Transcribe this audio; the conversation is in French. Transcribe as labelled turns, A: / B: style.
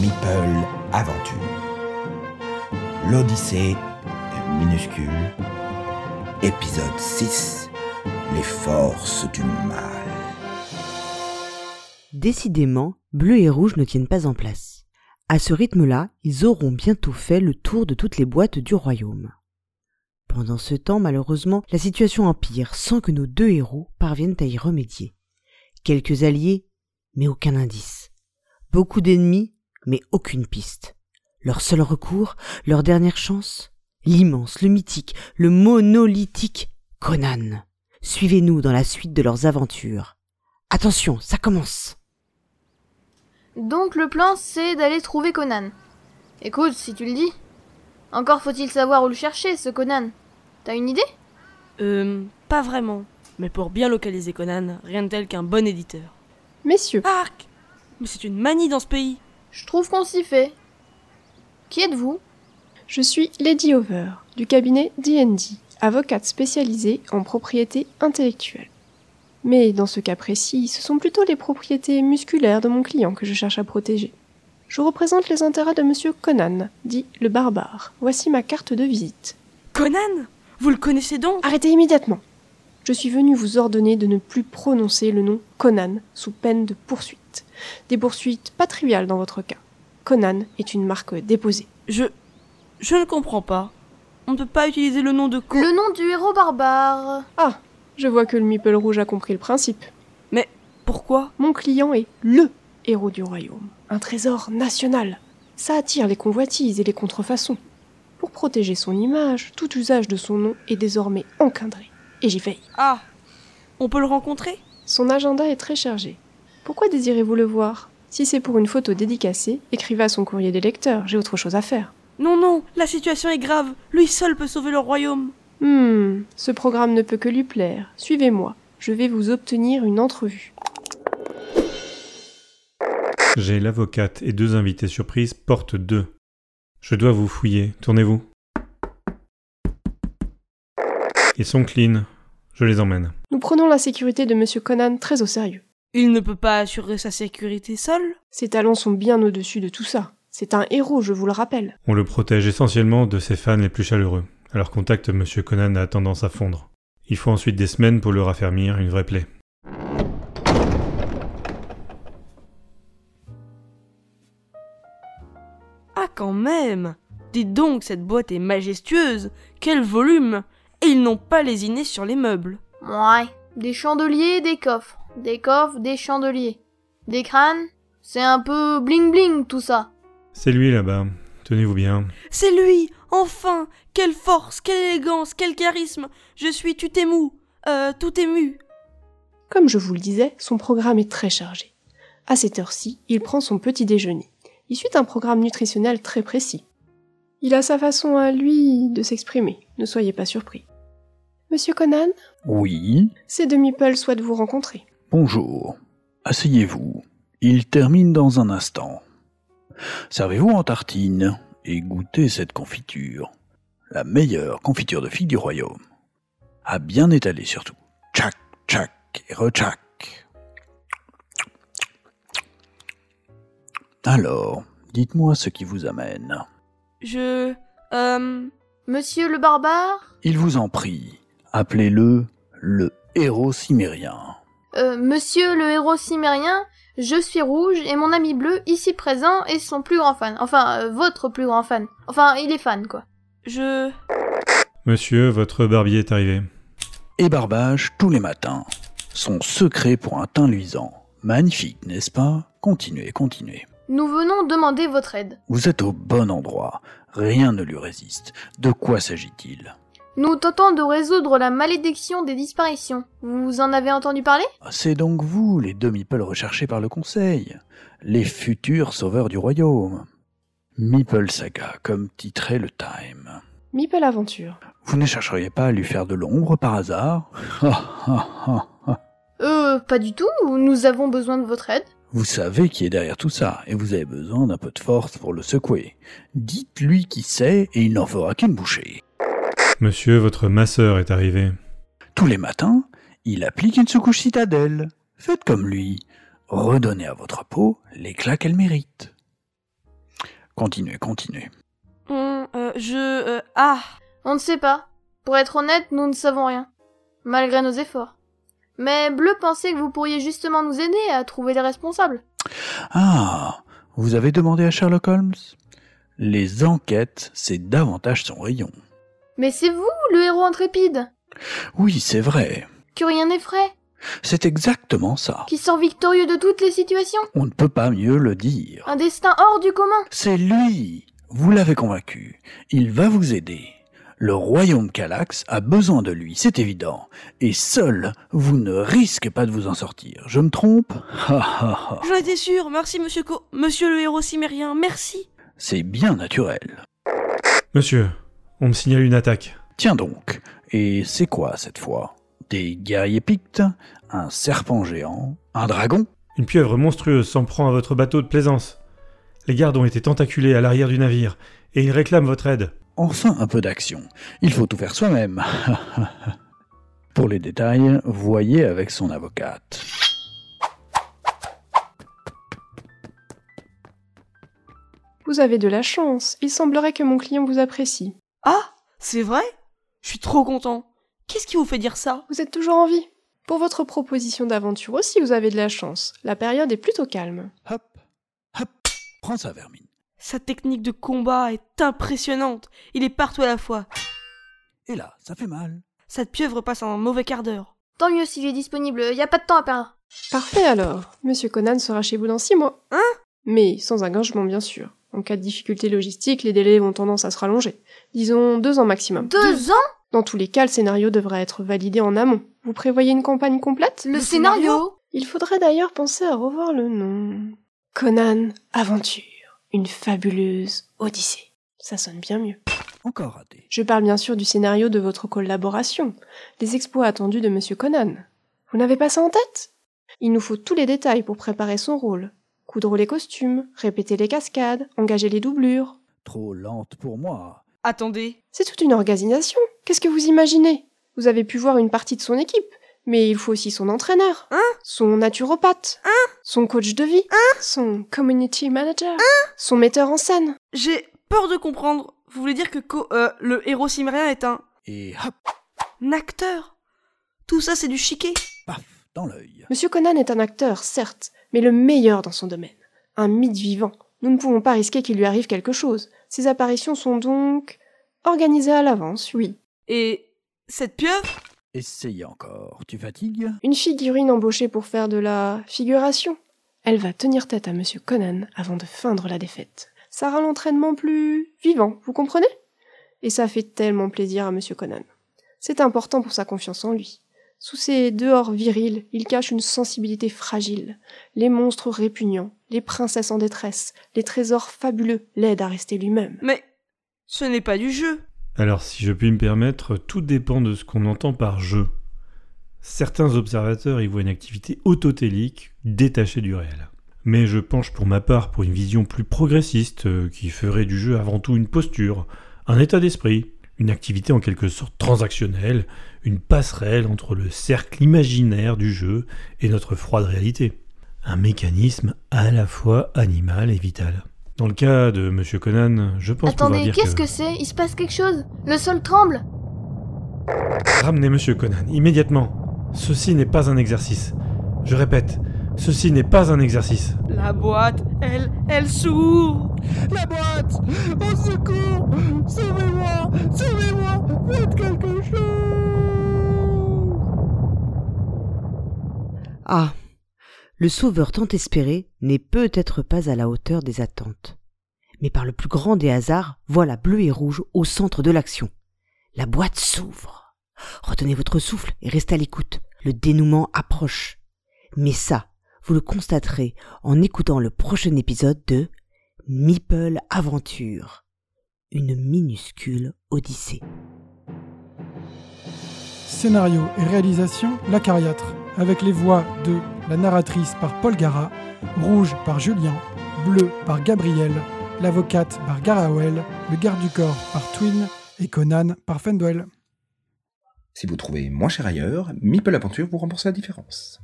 A: Meeple Aventure. L'Odyssée minuscule. Épisode 6. Les forces du mal.
B: Décidément, bleu et rouge ne tiennent pas en place. À ce rythme-là, ils auront bientôt fait le tour de toutes les boîtes du royaume. Pendant ce temps, malheureusement, la situation empire sans que nos deux héros parviennent à y remédier. Quelques alliés, mais aucun indice. Beaucoup d'ennemis, mais aucune piste. Leur seul recours, leur dernière chance, l'immense, le mythique, le monolithique Conan. Suivez-nous dans la suite de leurs aventures. Attention, ça commence.
C: Donc le plan, c'est d'aller trouver Conan. Écoute, si tu le dis. Encore faut-il savoir où le chercher, ce Conan. T'as une idée
D: Euh, pas vraiment. Mais pour bien localiser Conan, rien de tel qu'un bon éditeur.
E: Messieurs,
D: Arc Mais c'est une manie dans ce pays
C: Je trouve qu'on s'y fait. Qui êtes-vous
E: je suis Lady Over, du cabinet D&D, avocate spécialisée en propriété intellectuelle. Mais dans ce cas précis, ce sont plutôt les propriétés musculaires de mon client que je cherche à protéger. Je représente les intérêts de Monsieur Conan, dit le barbare. Voici ma carte de visite.
D: Conan Vous le connaissez donc
E: Arrêtez immédiatement. Je suis venu vous ordonner de ne plus prononcer le nom Conan sous peine de poursuites. Des poursuites pas triviales dans votre cas. Conan est une marque déposée.
D: Je... Je ne comprends pas. On ne peut pas utiliser le nom de Conan.
C: Le nom du héros barbare.
E: Ah, je vois que le Meeple Rouge a compris le principe.
D: Pourquoi
E: Mon client est LE héros du royaume, un trésor national. Ça attire les convoitises et les contrefaçons. Pour protéger son image, tout usage de son nom est désormais encadré. Et j'y veille.
D: Ah On peut le rencontrer
E: Son agenda est très chargé. Pourquoi désirez-vous le voir Si c'est pour une photo dédicacée, écrivez à son courrier des lecteurs, j'ai autre chose à faire.
D: Non, non, la situation est grave. Lui seul peut sauver le royaume.
E: Hmm, ce programme ne peut que lui plaire. Suivez-moi, je vais vous obtenir une entrevue.
F: J'ai l'avocate et deux invités surprises, porte 2. Je dois vous fouiller, tournez-vous. Ils sont clean, je les emmène.
E: Nous prenons la sécurité de Monsieur Conan très au sérieux.
D: Il ne peut pas assurer sa sécurité seul
E: Ses talents sont bien au-dessus de tout ça. C'est un héros, je vous le rappelle.
F: On le protège essentiellement de ses fans les plus chaleureux. À leur contact, Monsieur Conan a tendance à fondre. Il faut ensuite des semaines pour le raffermir, une vraie plaie.
D: Ah, quand même Dites donc, cette boîte est majestueuse Quel volume Et ils n'ont pas lésiné sur les meubles.
C: Ouais. Des chandeliers, des coffres. Des coffres, des chandeliers. Des crânes. C'est un peu bling bling tout ça.
F: C'est lui là-bas, tenez-vous bien.
D: C'est lui Enfin Quelle force, quelle élégance, quel charisme Je suis tout ému Euh, tout ému
E: Comme je vous le disais, son programme est très chargé. À cette heure-ci, il prend son petit déjeuner. Il suit un programme nutritionnel très précis. Il a sa façon à lui de s'exprimer, ne soyez pas surpris. Monsieur Conan,
G: Oui,
E: ces demi-peuls souhaitent vous rencontrer.
G: bonjour. Asseyez-vous. Il termine dans un instant. Servez-vous en tartine et goûtez cette confiture. La meilleure confiture de figues du royaume. À bien étaler surtout. Tchac, tchac et retchac. Alors, dites-moi ce qui vous amène.
D: Je... Euh...
C: Monsieur le barbare
G: Il vous en prie, appelez-le le héros cimérien.
C: Euh, Monsieur le héros cimérien Je suis rouge et mon ami bleu, ici présent, est son plus grand fan. Enfin, euh, votre plus grand fan. Enfin, il est fan quoi.
D: Je...
F: Monsieur, votre barbier est arrivé.
G: ébarbage tous les matins. Son secret pour un teint luisant. Magnifique, n'est-ce pas Continuez, continuez.
C: Nous venons demander votre aide.
G: Vous êtes au bon endroit. Rien ne lui résiste. De quoi s'agit-il
C: Nous tentons de résoudre la malédiction des disparitions. Vous en avez entendu parler
G: Ah, C'est donc vous, les demi-peuls recherchés par le Conseil, les futurs sauveurs du royaume. Meeple Saga, comme titrait le Time.
E: Meeple Aventure.
G: Vous ne chercheriez pas à lui faire de l'ombre par hasard Ah, ah, ah, ah.
C: Euh, pas du tout. Nous avons besoin de votre aide.
G: Vous savez qui est derrière tout ça, et vous avez besoin d'un peu de force pour le secouer. Dites-lui qui c'est, et il n'en fera qu'une bouchée.
F: Monsieur, votre masseur est arrivé.
G: Tous les matins, il applique une sous-couche citadelle. Faites comme lui. Redonnez à votre peau l'éclat qu'elle mérite. Continuez, continuez.
D: On, euh, je, euh, ah,
C: On ne sait pas. Pour être honnête, nous ne savons rien. Malgré nos efforts. Mais Bleu pensait que vous pourriez justement nous aider à trouver les responsables.
G: Ah, vous avez demandé à Sherlock Holmes Les enquêtes, c'est davantage son rayon.
C: Mais c'est vous, le héros intrépide,
G: Oui, c'est vrai.
C: que rien n'effraie,
G: C'est exactement ça.
C: qui sort victorieux de toutes les situations.
G: On ne peut pas mieux le dire.
C: Un destin hors du commun.
G: C'est lui Vous l'avez convaincu. Il va vous aider. Le royaume Calax a besoin de lui, c'est évident. Et seul, vous ne risquez pas de vous en sortir. Je me trompe Ha ha ha.
D: j'en étais sûr, merci monsieur Co, monsieur le héros cimérien, merci.
G: C'est bien naturel.
F: Monsieur, on me signale une attaque.
G: Tiens donc, et c'est quoi cette fois Des guerriers pictes Un serpent géant Un dragon
F: Une pieuvre monstrueuse s'en prend à votre bateau de plaisance. Les gardes ont été tentaculés à l'arrière du navire, et ils réclament votre aide.
G: Enfin un peu d'action. Il faut tout faire soi-même. Pour les détails, voyez avec son avocate.
E: Vous avez de la chance, il semblerait que mon client vous apprécie.
D: Ah, c'est vrai Je suis trop content. Qu'est-ce qui vous fait dire ça
E: Vous êtes toujours en vie. Pour votre proposition d'aventure aussi, vous avez de la chance. La période est plutôt calme.
G: Hop, hop, prends sa vermine.
D: Sa technique de combat est impressionnante, il est partout à la fois.
G: Et là, ça fait mal.
D: Cette pieuvre passe un mauvais quart d'heure.
C: Tant mieux s'il est disponible, y a pas de temps à perdre.
E: Parfait alors. Monsieur Conan sera chez vous dans six mois.
D: Hein
E: Mais sans engagement bien sûr. En cas de difficulté logistique, les délais ont tendance à se rallonger. Disons deux ans maximum.
C: Deux ans
E: Dans tous les cas, le scénario devra être validé en amont. Vous prévoyez une campagne complète
C: Le scénario
E: Il faudrait d'ailleurs penser à revoir le nom. Conan, aventure. Une fabuleuse odyssée. Ça sonne bien mieux.
G: Encore raté.
E: Je parle bien sûr du scénario de votre collaboration, les exploits attendus de Monsieur Conan. Vous n'avez pas ça en tête Il nous faut tous les détails pour préparer son rôle. Coudre les costumes, répéter les cascades, engager les doublures.
G: Trop lente pour moi.
D: Attendez,
E: C'est toute une organisation. Qu'est-ce que vous imaginez Vous avez pu voir une partie de son équipe, mais il faut aussi son entraîneur,
D: Hein
E: son naturopathe, son coach de vie, son community manager, son metteur en scène.
D: j'ai peur de comprendre. Vous voulez dire que Co- euh, le héros cimérien est un
G: Et hop,
D: acteur Tout ça c'est du chiquet.
G: paf, dans l'œil.
E: Monsieur Conan est un acteur, certes, mais le meilleur dans son domaine. Un mythe vivant. Nous ne pouvons pas risquer qu'il lui arrive quelque chose. Ses apparitions sont donc organisées à l'avance, oui.
D: Et cette pieuvre
G: Essayez encore. Tu fatigues
E: Une figurine embauchée pour faire de la figuration. Elle va tenir tête à Monsieur Conan avant de feindre la défaite. Ça rend l'entraînement plus vivant, vous comprenez Et ça fait tellement plaisir à Monsieur Conan. C'est important pour sa confiance en lui. Sous ses dehors virils, il cache une sensibilité fragile. Les monstres répugnants, les princesses en détresse, les trésors fabuleux l'aident à rester lui-même.
D: Mais ce n'est pas du jeu.
F: Alors, si je puis me permettre, tout dépend de ce qu'on entend par jeu. Certains observateurs y voient une activité autotélique, détachée du réel. Mais je penche pour ma part pour une vision plus progressiste, euh, qui ferait du jeu avant tout une posture, un état d'esprit, une activité en quelque sorte transactionnelle, une passerelle entre le cercle imaginaire du jeu et notre froide réalité. Un mécanisme à la fois animal et vital. Dans le cas de Monsieur Conan, je pense pouvoir
C: Attendez,
F: dire
C: qu'est-ce que c'est Il se passe quelque chose Le sol tremble
F: Ramenez Monsieur Conan, immédiatement. Ceci n'est pas un exercice. Je répète, ceci n'est pas un exercice.
D: La boîte, elle, elle s'ouvre.
G: La boîte Au secours Sauvez-moi Sauvez-moi Faites quelque chose
B: Ah Le sauveur tant espéré n'est peut-être pas à la hauteur des attentes. Mais par le plus grand des hasards, voilà bleu et rouge au centre de l'action. La boîte s'ouvre. Retenez votre souffle et restez à l'écoute. Le dénouement approche. Mais ça, vous le constaterez en écoutant le prochain épisode de Meeple Aventure. Une minuscule odyssée.
H: Scénario et réalisation La Cariatre, avec les voix de la narratrice par Paul Gara, Rouge par Julien, Bleu par Gabriel, l'avocate par Garaoel, le garde du corps par Twin et Conan par Fendwell.
A: Si vous trouvez moins cher ailleurs, Meeple Aventure vous rembourse la différence.